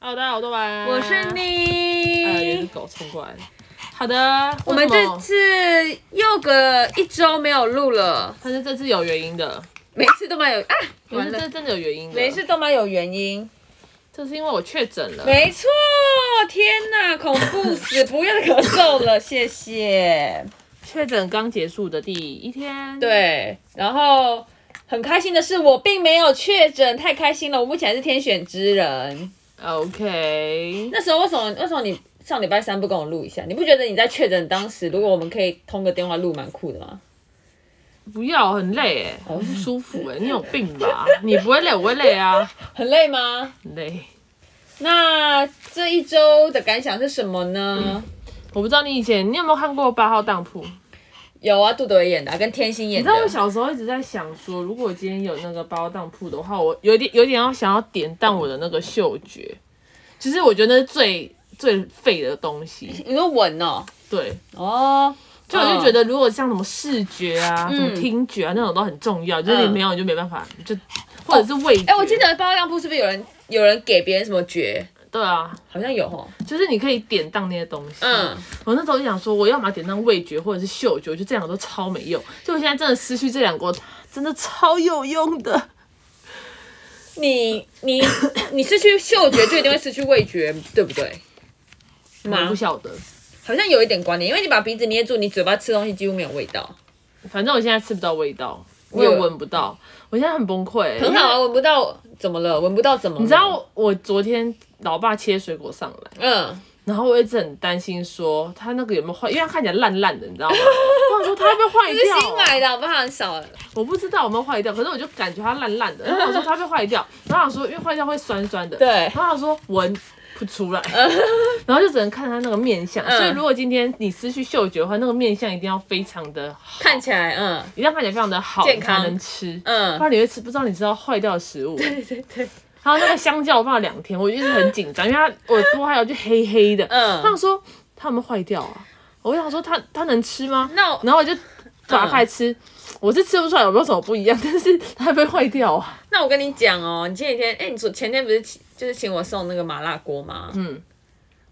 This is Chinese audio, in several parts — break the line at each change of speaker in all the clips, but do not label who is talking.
Hello，大家好，我是多丸，
我是啊
哎有一只
你。
狗冲过来了。好的，
我们
为什
这
么
次又隔一周没有录了，
但是这次有原因的，
每次都蛮有啊，
可
完
是这
了，
真的有原因的。
每次，都蛮有原因。
这是因为我确诊了。
没错，天哪，恐怖死，不要再咳嗽了， 谢谢。
确诊刚结束的第一天，，
对，然后很开心的是，我并没有确诊，太开心了，我目前还是天选之人。
OK，
那时候为什么为什么你上礼拜三不跟我录一下？你不觉得你在确诊当时，如果我们可以通个电话录，蛮酷的吗？
不要，很累哎，很不舒服哎，你有病吧？你不会累，我会累啊，
很累吗？
很累。
那这一周的感想是什么呢？
我不知道你以前，你有没有看过《八号当铺》？
有啊，杜德伟演的啊、跟天心演
你知
的
道。我小时候一直在想说，如果我今天有那个包当铺的话，我有点有点要想要典当我的那个嗅觉，其实我觉得那是最最废的东西。
你说吻哦，
对，
哦，
就我就觉得如果像什么视觉啊、
嗯
什么听觉啊那种都很重要，就是你没有你就没办法，你就或者是味觉。
哎、我记得包养铺是不是有人有人给别人什么爵？
对啊，
好像有哦。
就是你可以典当那些东西。
嗯，
我那时候就想说，我要么典当味觉或者是嗅觉，我觉得这两个都超没用。就我现在真的失去这两个，真的超有用的。
你你你失去嗅觉就一定会失去味觉，对不对？
我
吗
不？晓得。
好像有一点关联，因为你把鼻子捏住，你嘴巴吃东西几乎没有味道。
反正我现在吃不到味道，我也
有
闻不到，我现在很崩溃、
很好啊，闻不到怎么了？闻不到怎么了？
你知道我昨天老爸切水果上来，
嗯，
然后我一直很担心说他那个有没有坏，因为他看起来烂烂的，你知 道吗？我想说他会不会坏
这是新
掉、啊？
买的，好不好？很少了。
我不知道有没有坏掉，可是我就感觉它烂烂的，然后 我想说它会坏掉，然后我想说因为坏掉会酸酸的，
对
然后我说闻不出 来，然后就只能看它那个面相。
嗯
所以如果今天你失去嗅觉的话，那个面相一定要非常的好，
看起来，嗯
一定要看起来非常的好，
健康
你才能吃。不
嗯，
然你会吃不知道你知道坏掉的食物。
对对对，
然后那个香蕉我放了两天，我一直很紧张，因为它我剥还有就黑黑的，
嗯
他想说它有没有坏掉啊？我想说它它能吃吗？
那我
然后我就打开吃，我是吃不出来有没有什么不一样，但是它会不会坏掉啊？
那我跟你讲哦，你前几天，哎、你昨前天不是请就是请我送那个麻辣锅吗？
嗯，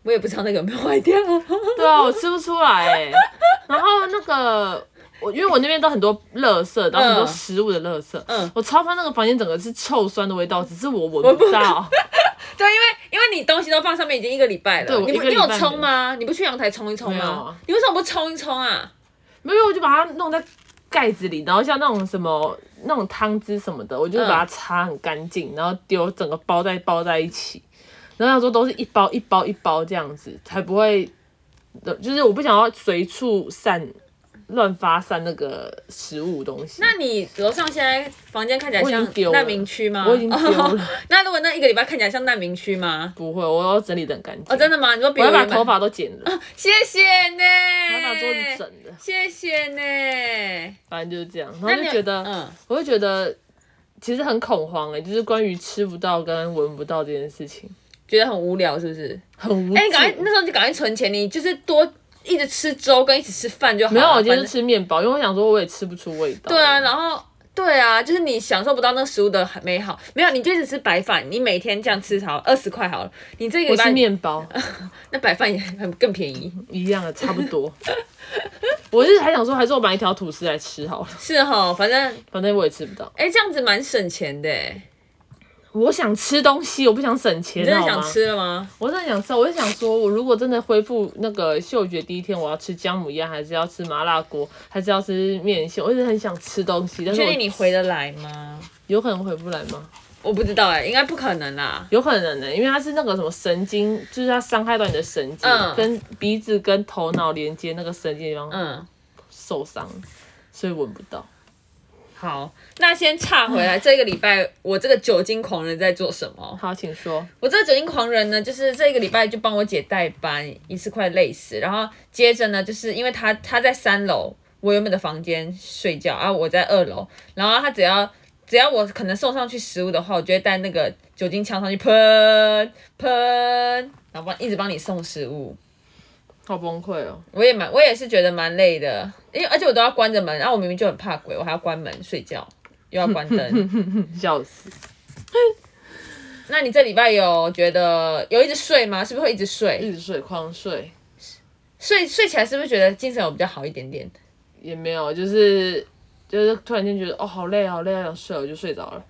我也不知道那个有没有坏掉。
对啊，我吃不出来、欸。然后那个我因为我那边都很多垃圾，然后很多
嗯
食物的垃圾，
嗯
我超怕那个房间整个是臭酸的味道，只是我闻不到。
对，因为因为你东西都放上面已经一个礼拜了，
对我一
你不
个
你
礼拜
有
没
冲吗？你不去阳台冲一冲
没有
吗
啊？
你为什么不冲一冲啊？
没有，我就把它弄在盖子里，然后像那种什么那种汤汁什么的，我就把它擦很干净，然后丢整个包在包在一起，然后他说都是一包一包一包这样子，才不会，就是我不想要随处散乱发散那个食物东西。
那你楼上现在房间看起来
我已经
像
丢了
难民区吗？
我已经丢了
那如果那一个礼拜看起来像难民区吗？
不会，我要整理的很干净。
哦，真的吗？你说
嗯
比
我要
如
把
原本
头，发都剪了，
谢谢呢，
我要把桌子整了，
谢谢呢。
反正就是这样。然
那
后
你
就
有
觉得，
嗯，
我就觉得其实很恐慌哎、就是关于吃不到跟闻不到这件事情，
觉得很无聊是不是？
很无。
哎、你赶快那时候就赶快存钱，你就是多一直吃粥跟一直吃饭就好
没
了。啊
有，我今天就
反正
吃面包，因为我想说我也吃不出味道。
对啊，，然后对啊，就是你享受不到那个食物的美好。没有，你就一直吃白饭，你每天这样吃好二十块好了，你这个
我
礼
吃
拜
面包
那白饭也很更便宜。
一样的，差不多。 我是还想说，还是我买一条吐司来吃好了，
是哈，反正
反正我也吃不到。
哎、这样子蛮省钱的哎。
我想吃东西，我不想省钱，
你真的
好
想
吗？
吃了吗？
我真的想吃，我就想说，我如果真的恢复那个嗅觉，第一天我要吃姜母鸭，还是要吃麻辣锅，还是要吃面线？我一直很想吃东西，但是
确
我
定你回得来吗？
有可能回不来吗？
我不知道哎、应该不可能啦。
有可能呢、因为它是那个什么神经，就是它伤害到你的神经，
嗯
跟鼻子跟头脑连接那个神经地方，
嗯，
受伤，所以闻不到。
好，那先岔回来，这个礼拜我这个酒精狂人在做什么？
好，请说。
我这个酒精狂人呢，就是这个礼拜就帮我姐代班，一次快累死。然后接着呢，就是因为她她在三楼，我原本的房间睡觉，啊，我在二楼。然后她只要只要我可能送上去食物的话，我就会带那个酒精枪上去喷喷，然后帮一直帮你送食物。
好崩溃哦！
我也蛮，我也是觉得蛮累的，因为而且我都要关着门，然后我明明就很怕鬼，我还要关门睡觉，又要关灯。
笑死。
那你这礼拜有觉得有一直睡吗？是不是会一直睡？
一直睡，狂睡
睡睡起来是不是觉得精神有比较好一点点？
也没有，就是就是突然间觉得哦好累好累，好想睡，我就睡着了，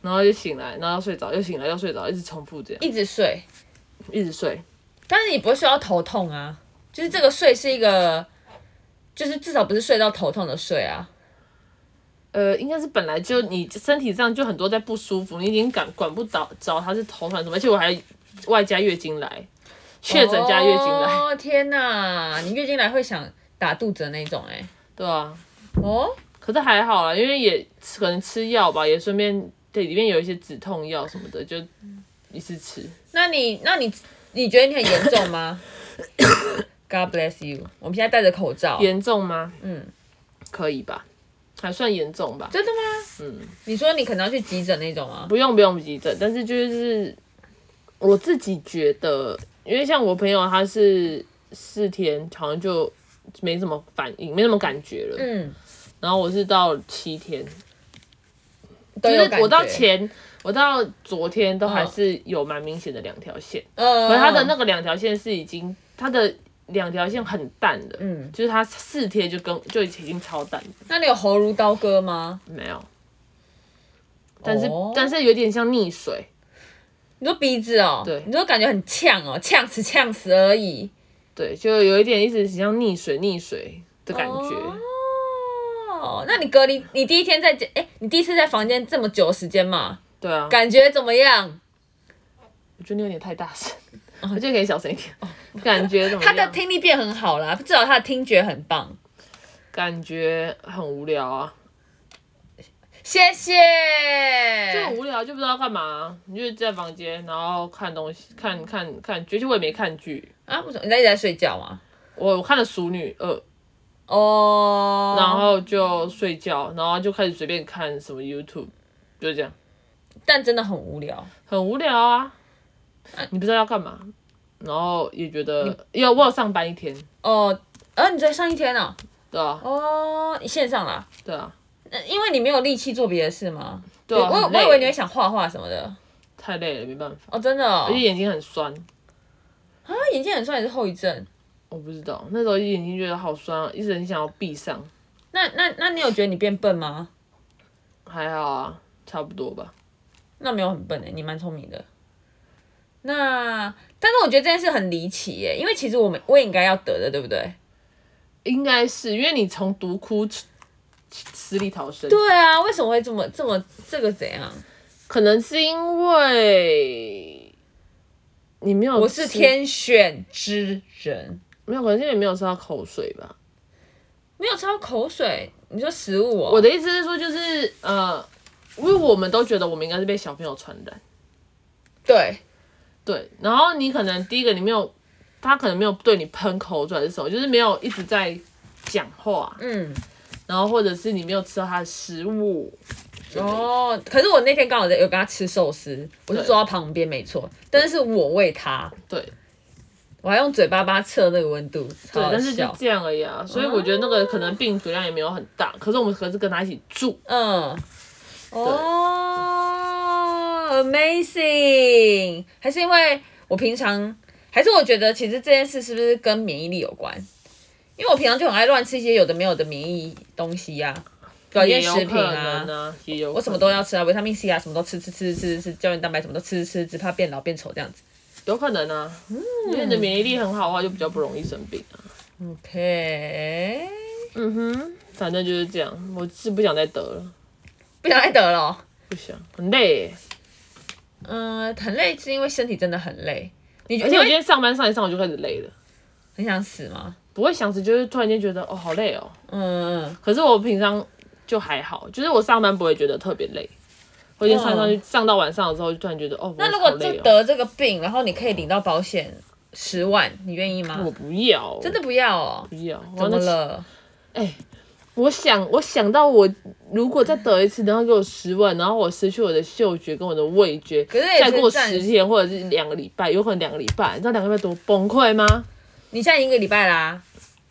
然后就醒来，然后又睡着，又醒来又睡着，一直重复这样，
一直睡，
一直睡。
但是你不会睡到头痛啊，就是这个睡是一个，就是至少不是睡到头痛的睡啊。
呃，应该是本来就你身体上就很多在不舒服，你已经感管不着着它是头疼什么，而且我还外加月经来，确诊加月经来，
哦天哪，你月经来会想打肚子的那种哎、
对啊，
哦，
可是还好啦，因为也可能吃药吧，也顺便对里面有一些止痛药什么的，就一次吃。
那你那你你觉得你很严重吗？God bless you。我们现在戴着口罩，
严重吗？
嗯，
可以吧，还算严重吧。
真的吗？
嗯，
你说你可能要去急诊那种啊吗？
不用不用急诊，但是就是我自己觉得，因为像我朋友他是四天，好像就没什么反应，没什么感觉了。
嗯，
然后我是到七天，
都
就
有
是
感觉。嗯
我到，前，我到昨天都还是有蛮明显的两条线。
呃，
可是它的那个两条线是已经，它的两条线很淡的，
嗯
就是它四天就跟就已经超淡的，
那你有喉如刀割吗？
没有。但是、
哦
但是有点像溺水，
你说鼻子哦，
对
你说感觉很呛哦，呛死呛死而已
对，就有一点一直像溺水溺水的感觉。
哦，那你隔离，你第一天在家，哎、你第一次在房间这么久的时间嘛，
对啊，
感觉怎么样？
我觉得你有点太大声， 我觉得可以小声一点。感觉怎么
他
样？
哦的听力变很好啦，至少他的听觉很棒。
感觉很无聊啊，
谢谢。
就很无聊，就不知道干嘛，你就在房间，然后看东西，看看看剧，其实我也没看剧，
啊，为什么你在一直在睡觉吗？
我我看了《熟女二》。
哦、
然，后就睡觉，然后就开始随便看什么 YouTube，就这样，
但真的很无聊。
很无聊啊。
嗯
你不知道要干嘛，然后也觉得，因为我有上班一天，
哦、呃、你在上一天呢、
对啊，
哦，你线上啦。
对啊，
那因为你没有力气做别的事吗？
对啊，
我我
很
以
累
为你会想画画什么的。
太累了，没办法，
哦，真的、哦
而且。眼睛很酸，
啊，眼睛很酸也是后遗症。
我不知道，那时候眼睛觉得好酸啊，一直很想要闭上，
那那那你有觉得你变笨吗？
还好啊，差不多吧。
那没有很笨诶、你蛮聪明的。那但是我觉得这件事很离奇耶、因为其实我们我也应该要得的，对不对？
应该是因为你从毒窟出死里逃生，
对啊，为什么会这么这么这个怎样？
可能是因为你没有吃，
我是天选之人，
没有，可能是因为你没有吃到口水吧。
没有吃到口水。你说食物哦、
我的意思是说，就是呃，因为我们都觉得我们应该是被小朋友传染，
对，
对。然后你可能第一个你没有，他可能没有对你喷口水还是什么，就是没有一直在讲话，
嗯，
然后或者是你没有吃到他的食物，
哦，可是我那天刚好在有跟他吃寿司，我就
对
坐他旁边没错，但是我喂他，
对
我还用嘴巴帮他测那个温度，超
对，
好
但是就
笑。嗯
这样而已啊。所以我觉得那个可能病毒量也没有很大，可是我们可是跟他一起住，
嗯，哦，amazing，还是因为我平常，还是我觉得其实这件事是不是跟免疫力有关？因为我平常就很爱乱吃一些有的没有的免疫东西呀、保
也
健
有
食品
可能啊，也有可能
我什么都要吃啊，维他命 C 啊，什么都吃吃吃吃吃，胶原蛋白什么都吃吃吃，只怕变老变丑这样子。
有可能啊，因为你的免疫力很好的话，就比较不容易生病啊。
OK，
嗯哼，反正就是这样，我是不想再得了，
不想再得了哦。
不想，很累耶。
嗯，很累是因为身体真的很累，你觉
而且我
得
今
你
天
会
上班上一上我就开始累了，
很想死吗？
不会想死，就是突然间觉得哦好累哦。
嗯，嗯
可是我平常就还好，就是我上班不会觉得特别累。我今天上上去上到晚上的时候，就突然觉得哦，
那如
我好
果
累
就
哦，
得这个病，然后你可以领到保险十万，你愿意
我
吗？
不要，
真的不要哦
不。要，我要
怎么
那？
了？
哎我想我想到我如果再得一次，然后给我十万，然后我失去我的嗅觉跟我的味觉，
可是也
再
是
过
暂
十天或者是两个礼拜，有可能两个礼拜，你知道两个礼拜多崩溃吗？
你现在已经一个礼拜啦、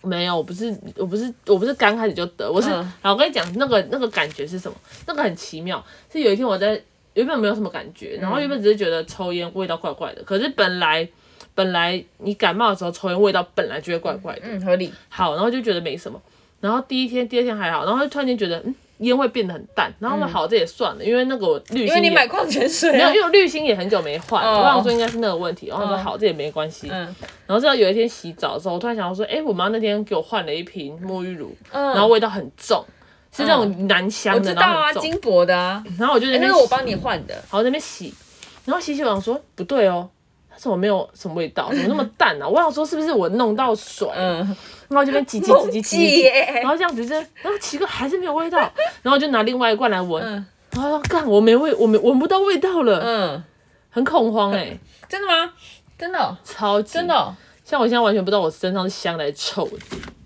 没有，我不是，我不是，我不是刚开始就得，我是，
嗯
然后我跟你讲，那个那个感觉是什么？那个很奇妙，是有一天我在原本没有什么感觉，
嗯
然后原本只是觉得抽烟味道怪怪的，可是本来本来你感冒的时候抽烟味道本来就会怪怪的，
嗯，合理。
好，然后就觉得没什么，然后第一天、第二天还好，然后就突然间觉得嗯烟味变得很淡，然后我好这也算了，因为那个我滤芯
嗯因为你
也
买矿泉水、
没有，
啊
因，为我滤芯也很久没换，
哦
我想说应该是那个问题，然后我说
哦
好这也没关系，
嗯
然后直到有一天洗澡的时候，我突然想到说，哎、我妈那天给我换了一瓶沐浴乳，
嗯，
然后味道很重，是那种南
我
香的，
知道
然后
啊，
很重。
金箔的啊，
然后我就在
哎
那
那
边
个
洗，
我帮你换的，
然后在那边洗，然后洗洗，我想说不对哦，它怎么没有什么味道，怎么那么淡啊？我想说是不是我弄到水？
嗯，
然后这边挤挤
梦
挤 挤
记
挤，
耶
然，后这样子就，然后奇怪还是没有味道，然后我就拿另外一罐来闻，
嗯
然后说干我没味，我没闻不到味道了，
嗯，
很恐慌哎、
真的吗？真的哦、
超级
真的、哦，
像我现在完全不知道我身上是香的还是臭的。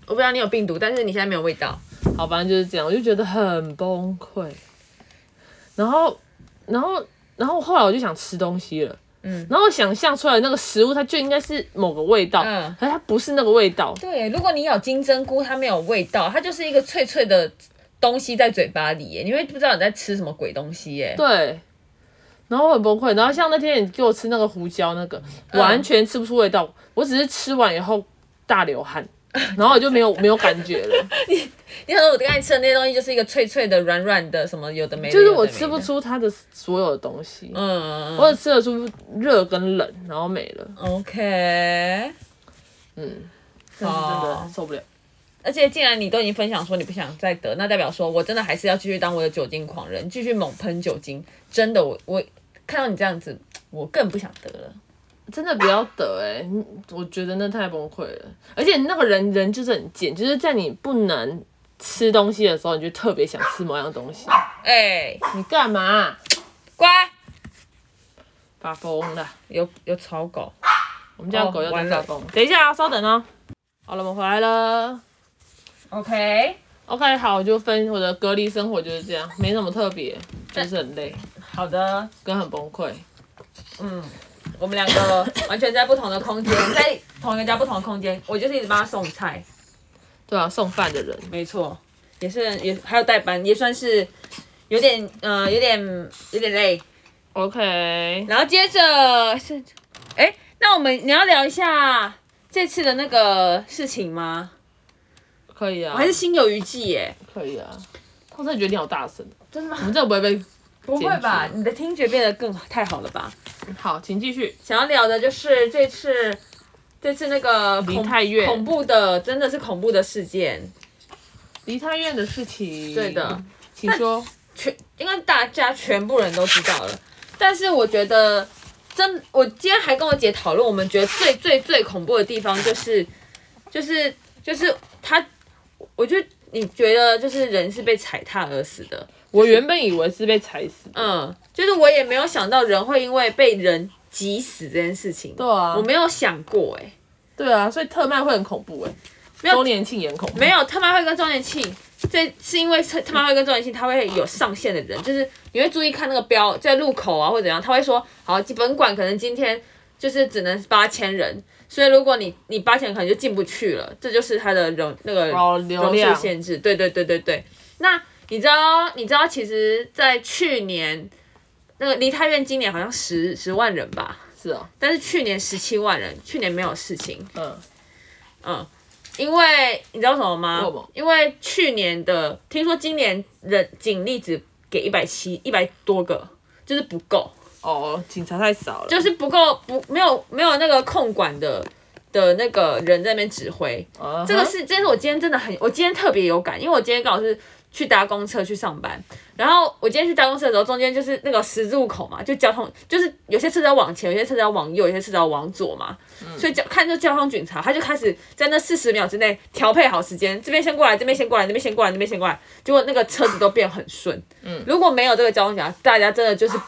我不知道你有病毒，但是你现在没有味道。
好，反正就是这样，我就觉得很崩溃。然后，然后，然后后来我就想吃东西了，
嗯
然后想象出来那个食物，它就应该是某个味道，
嗯
可是它不是那个味道，
对，如果你咬金针菇，它没有味道，它就是一个脆脆的东西在嘴巴里耶，你会不知道你在吃什么鬼东西耶。
对。然后我很崩溃，然后像那天你给我吃那个胡椒，那个
嗯
完全吃不出味道，我只是吃完以后大流汗，然后我就没有没有感觉了，
你想说我刚才吃的那些东西就是一个脆脆的、软软的，什么有的没的，
就是
有的
我
没的
吃不。出它的所有的东西，
嗯嗯
我只吃得出热跟冷，然后没了，
嗯，OK。
嗯，但是真的受不了。
而且既然你都已经分享说你不想再得，那代表说我真的还是要继续当我的酒精狂人，继续猛喷酒精。真的，我我看到你这样子，我更不想得了。
真的不要得哎、你我觉得那太崩溃了。而且那个人人就是很贱，就是在你不能吃东西的时候，你就特别想吃某样东西。
哎、
你干嘛？
乖，
发疯了！
有有草狗。
我们家的
哦
狗又在
完了
发疯。等一下啊，稍等哦。好了，我们回来了。
OK，
OK，好，我就分我的隔离生活就是这样，没什么特别，就是很累
好的，
跟很崩溃。
嗯，我们两个完全在不同的空间，在同一个家不同的空间，我就是一直帮他送菜，
对啊，送饭的人
没错，也是也还有代班，也算是有点呃有点有点累。
OK，
然后接着是，哎，那我们你要聊一下这次的那个事情吗？
可以啊，
我还是心有余悸耶，
可以啊。我真的觉得你好大声，
真的
我
吗？
们这个不会被
不会吧
剪？
你的听觉变得更太好了吧？
好，请继续。
想要聊的就是这次，这次那个
离
恐
太远
恐怖的，真的是恐怖的事件。
梨泰院的事情，
对的，
请说。
全应该大家全部人都知道了。但是我觉得真，我今天还跟我姐讨论，我们觉得最最最恐怖的地方就是，就是就是他，我觉得你觉得就是人是被踩踏而死的，
我原本以为是被踩死的，
嗯，就是我也没有想到人会因为被人挤死这件事情，
对啊
我没有想过、哎，
对啊，所以特卖会很恐怖哎、
没有
周年庆也很恐怖，
没有，他们会跟周年庆，这是因为他他们会跟周年庆，他会有上限的人，就是你会注意看那个标在路口啊或者怎样，他会说好，本馆可能今天就是只能八千人，所以如果你你八千可能就进不去了，这就是他的容那个
哦流
容
量
数限制，对对对对对。那你知道你知道其实，在去年那个梨泰院今年好像十十万人吧，
是哦，
但是去年十七万人，去年没有事情，
嗯，
嗯，因为你知道什么吗？
为什么
因为去年的，听说今年人警力只给一百七一百多个，就是不够，
哦，警察太少了，
就是不够不没有没有那个控管的的那个人在那边指挥。
嗯哼
这个是，这是我今天真的很，我今天特别有感，因为我今天刚好是去搭公车去上班，然后我今天去搭公车的时候，中间就是那个十字路口嘛，就交通，就是有些车子要往前，有些车子要往右，有些车子要往左嘛，
嗯
所以交看这交通警察，他就开始在那四十秒之内调配好时间，这边先过来，这边先过来，那边先过来，那边先过来，结果那个车子都变很顺。嗯，如果没有这个交通警察，大家真的就是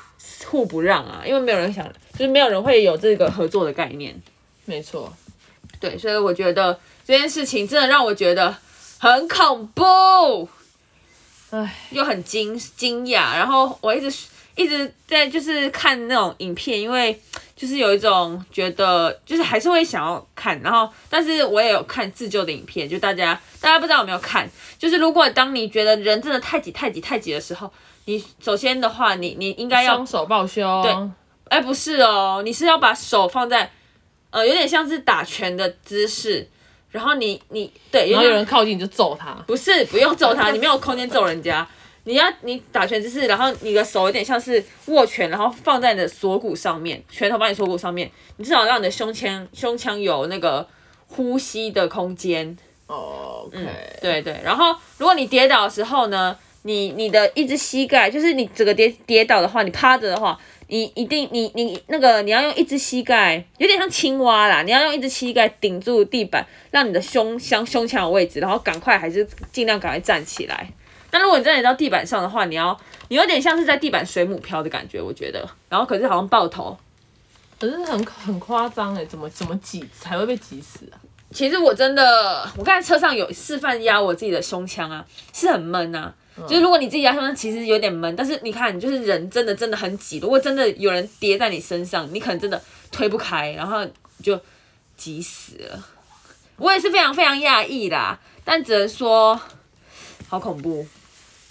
互不让啊，因为没有人想，就是没有人会有这个合作的概念。
没错，
对，所以我觉得这件事情真的让我觉得很恐怖，
唉，
又很惊惊讶。然后我一直一直在就是看那种影片，因为就是有一种觉得就是还是会想要看。然后，但是我也有看自救的影片，就大家大家不知道有没有看？就是如果当你觉得人真的太挤太挤太挤的时候，你首先的话，你你应该要
双手抱胸，
对哎，不是哦，你是要把手放在，呃，有点像是打拳的姿势，然后你你
然
对，有
后有
点
人靠近你就揍他，
不是不用揍他，你没有空间揍人家，你要你打拳姿势，然后你的手有点像是握拳，然后放在你的锁骨上面，拳头把你锁骨上面，你至少让你的胸腔胸腔有那个呼吸的空间，
哦，OK，
嗯对对，然后如果你跌倒的时候呢，你你的一只膝盖，就是你整个跌跌倒的话，你趴着的话，你一定你你那个你要用一只膝盖，有点像青蛙啦，你要用一只膝盖顶住地板，让你的胸像胸腔有位置，然后赶快还是尽量赶快站起来。但如果你真的到地板上的话，你要你有点像是在地板水母漂的感觉，我觉得。然后可是好像爆头，
可是很很夸张哎，怎么怎么挤才会被挤死啊？
其实我真的，我刚才车上有示范压我自己的胸腔啊，是很闷啊。就是如果你自己压胸腔，其实有点闷，但是你看，就是人真的真的很挤。如果真的有人叠在你身上，你可能真的推不开，然后就挤死了。我也是非常非常讶异啦，但只能说好恐怖。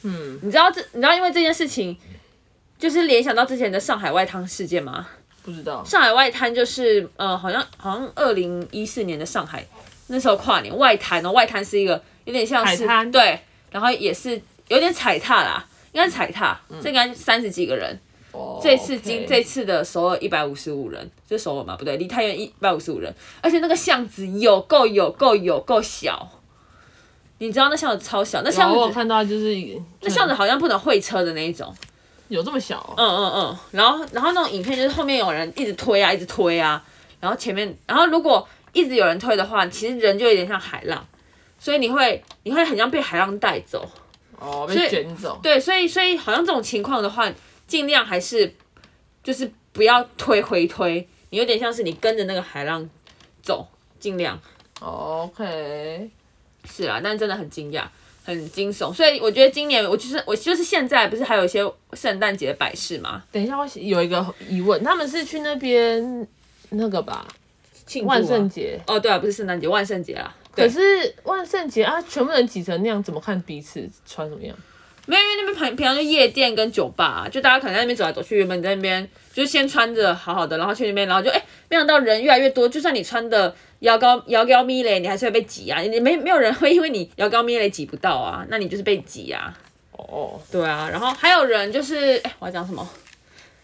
嗯，
你知道这，你知道因为这件事情，就是联想到之前的上海外滩事件吗？
不知道，
上海外滩就是呃，好像好像二零一四年的上海那时候跨年外滩哦，外滩是一个有点像是
海滩
对，然后也是有点踩踏啦，应该是踩踏，
嗯
这应该三十几个人。
哦
这次今这次的首尔一百五十五人，就首尔嘛，不对，离太原一百五十五人，而且那个巷子有够有够有够小，你知道那巷子超小，那巷
然后我有
子
看到就是
那巷子好像不能会车的那一种。
有这么小哦，
嗯嗯嗯，然后然后那种影片就是后面有人一直推啊，一直推啊，然后前面，然后如果一直有人推的话，其实人就有点像海浪，所以你会你会很像被海浪带走。
哦，
所以
被卷走，
对，所以所以好像这种情况的话，尽量还是就是不要推回推，你有点像是你跟着那个海浪走，尽量。
哦，OK，
是啦，但真的很惊讶，很惊悚。所以我觉得今年我就是我就是现在不是还有一些圣诞节摆饰嘛，
等一下，我有一个疑问，他们是去那边那个吧，
庆祝啊
万圣节。
哦，对啊，不是圣诞节，万圣节啦。
可
对，
是万圣节啊，全部人挤成那样，怎么看彼此穿什么样？
没有，因为那边平平常就夜店跟酒吧、啊，就大家可能在那边走来走去，原本在那边就是先穿着好好的，然后去那边，然后就哎、没想到人越来越多，就算你穿的摇高 摇高咪嘞，你还是会被挤啊，你没没有人会因为你摇高咪嘞挤不到啊，那你就是被挤啊。
哦，
对啊，然后还有人就是，哎、我要讲什么？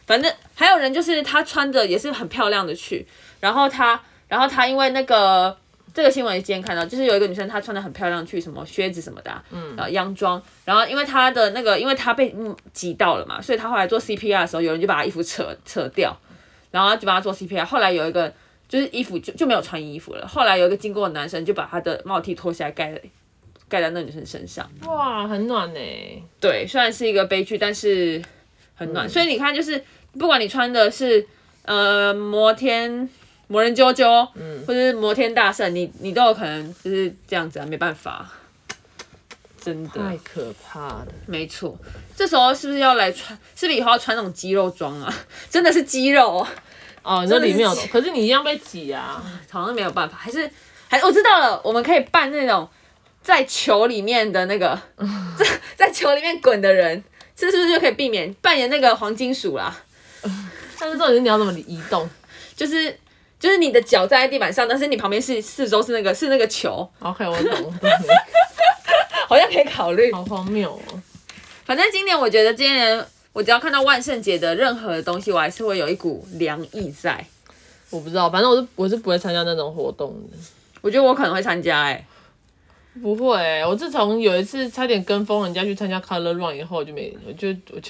反正还有人就是她穿着也是很漂亮的去，然后她，然后她因为那个这个新闻今天看到，就是有一个女生她穿的很漂亮去什么靴子什么的、嗯，然后洋装，然后因为她的那个，因为她被嗯挤到了嘛，所以她后来做 CPR 的时候，有人就把她衣服扯扯掉，然后就把她做 CPR，后来有一个。就是衣服就就没有穿衣服了。后来有一个经过的男生就把她的帽 T 脱下来盖了盖在那女生身上。
哇，很暖欸呢、
对，虽然是一个悲剧，但是很暖。所以你看，就是不管你穿的是呃摩天摩人啾啾，嗯，或者是摩天大圣，你你都有可能就是这样子啊，没办法，真
太
的
可怕了。
没错。这时候是不是要来穿？是不是以后要穿那种肌肉装啊？ 真的是肌肉哦，
哦，那
的是
里面有，可是你一样被挤啊。
好像没有办法，还是还我知道了，我们可以扮那种在球里面的那个 在在球里面滚的人，这是不是就可以避免扮演那个黄金鼠啦？
但是重点是你要怎么移 动
就是就是你的脚站在地板上，但是你旁边是四周是那个是那个球，
？OK，我懂，我懂
好像可以考虑。
好荒谬哦。
反正今年我觉得今年我只要看到万圣节的任何东西，我还是会有一股凉意在。
我不知道，反正我是我是不会参加那种活动的，
我觉得我可能会参加、欸，
不会、我自从有一次差点跟风人家去参加 Color Run 以后，我就没，我就我就，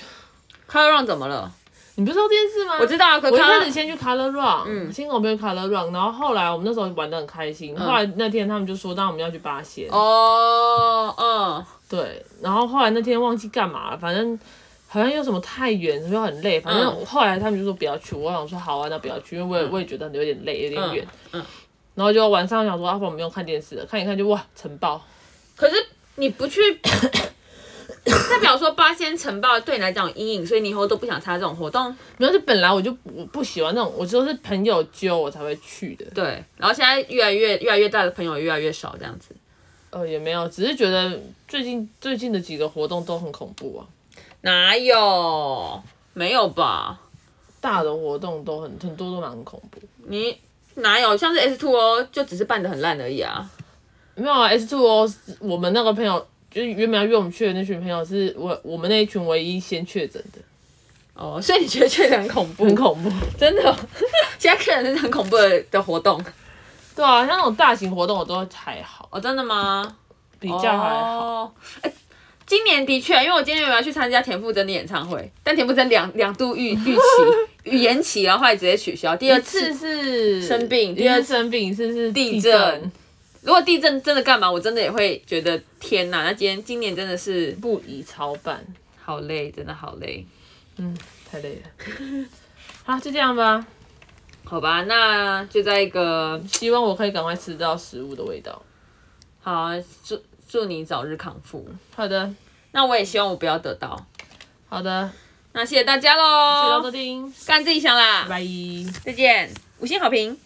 c o l o r Run 怎么了？
你不知道这件事吗？
我知道啊，可
我一
Colour-
开始先去 Color Run，嗯，先跟我朋友 Color Run，然后后来我们那时候玩的很开心，后来那天他们就说，那我们要去八仙，
哦，嗯，
对，然后后来那天忘记干嘛了，反正好像又什么太远，又很累，反正后来他们就说不要去，我想说好啊，那不要去，因为我也我也觉得有点累，有点远，
嗯嗯
然后就晚上想说，啊，不然我们用看电视了，看一看就哇，晨报，
可是你不去。代表说八仙城堡对你来讲有阴影，所以你以后都不想参加这种活动。
没有，是本来我就不不喜欢那种，我都是朋友揪我才会去的。
对，然后现在越来越越来越大的朋友越来越少这样子。
呃，也没有，只是觉得最近最近的几个活动都很恐怖啊。
哪有？没有吧？
大的活动都很很多都蛮恐怖。
你哪有？像是 S Two O 就只是办的很烂而已啊。
没有啊，S two O 我们那个朋友，就是原本要约我们去的那群朋友，是我我们那一群唯一先确诊的，
哦，所以你觉得确实很恐怖？
很恐怖。
真的， 现在确诊是很恐怖的的活动。
对啊，像那种大型活动我都还好，
哦，真的吗？
比较还好。
哦哎今年的确，因为我今年有要去参加田馥甄的演唱会，但田馥甄两两度 预预期预延期，然后后来直接取消。第二
一次
次，
是
生病
第
第
二
二
次生病，一次是
地
震。
震如果地震真的干嘛，我真的也会觉得天哪！那今天今年真的是
不宜操办，
好累，真的好累。
嗯，太累了。 好，就这样吧。
好吧，那就在一个
希望我可以赶快吃到食物的味道。
好啊祝祝你早日康复。
好的，
那我也希望我不要得到。
好的，
那谢谢大家
谢谢大家收
喽，
听，
干自己想啦，
拜拜。
再见，五星好评。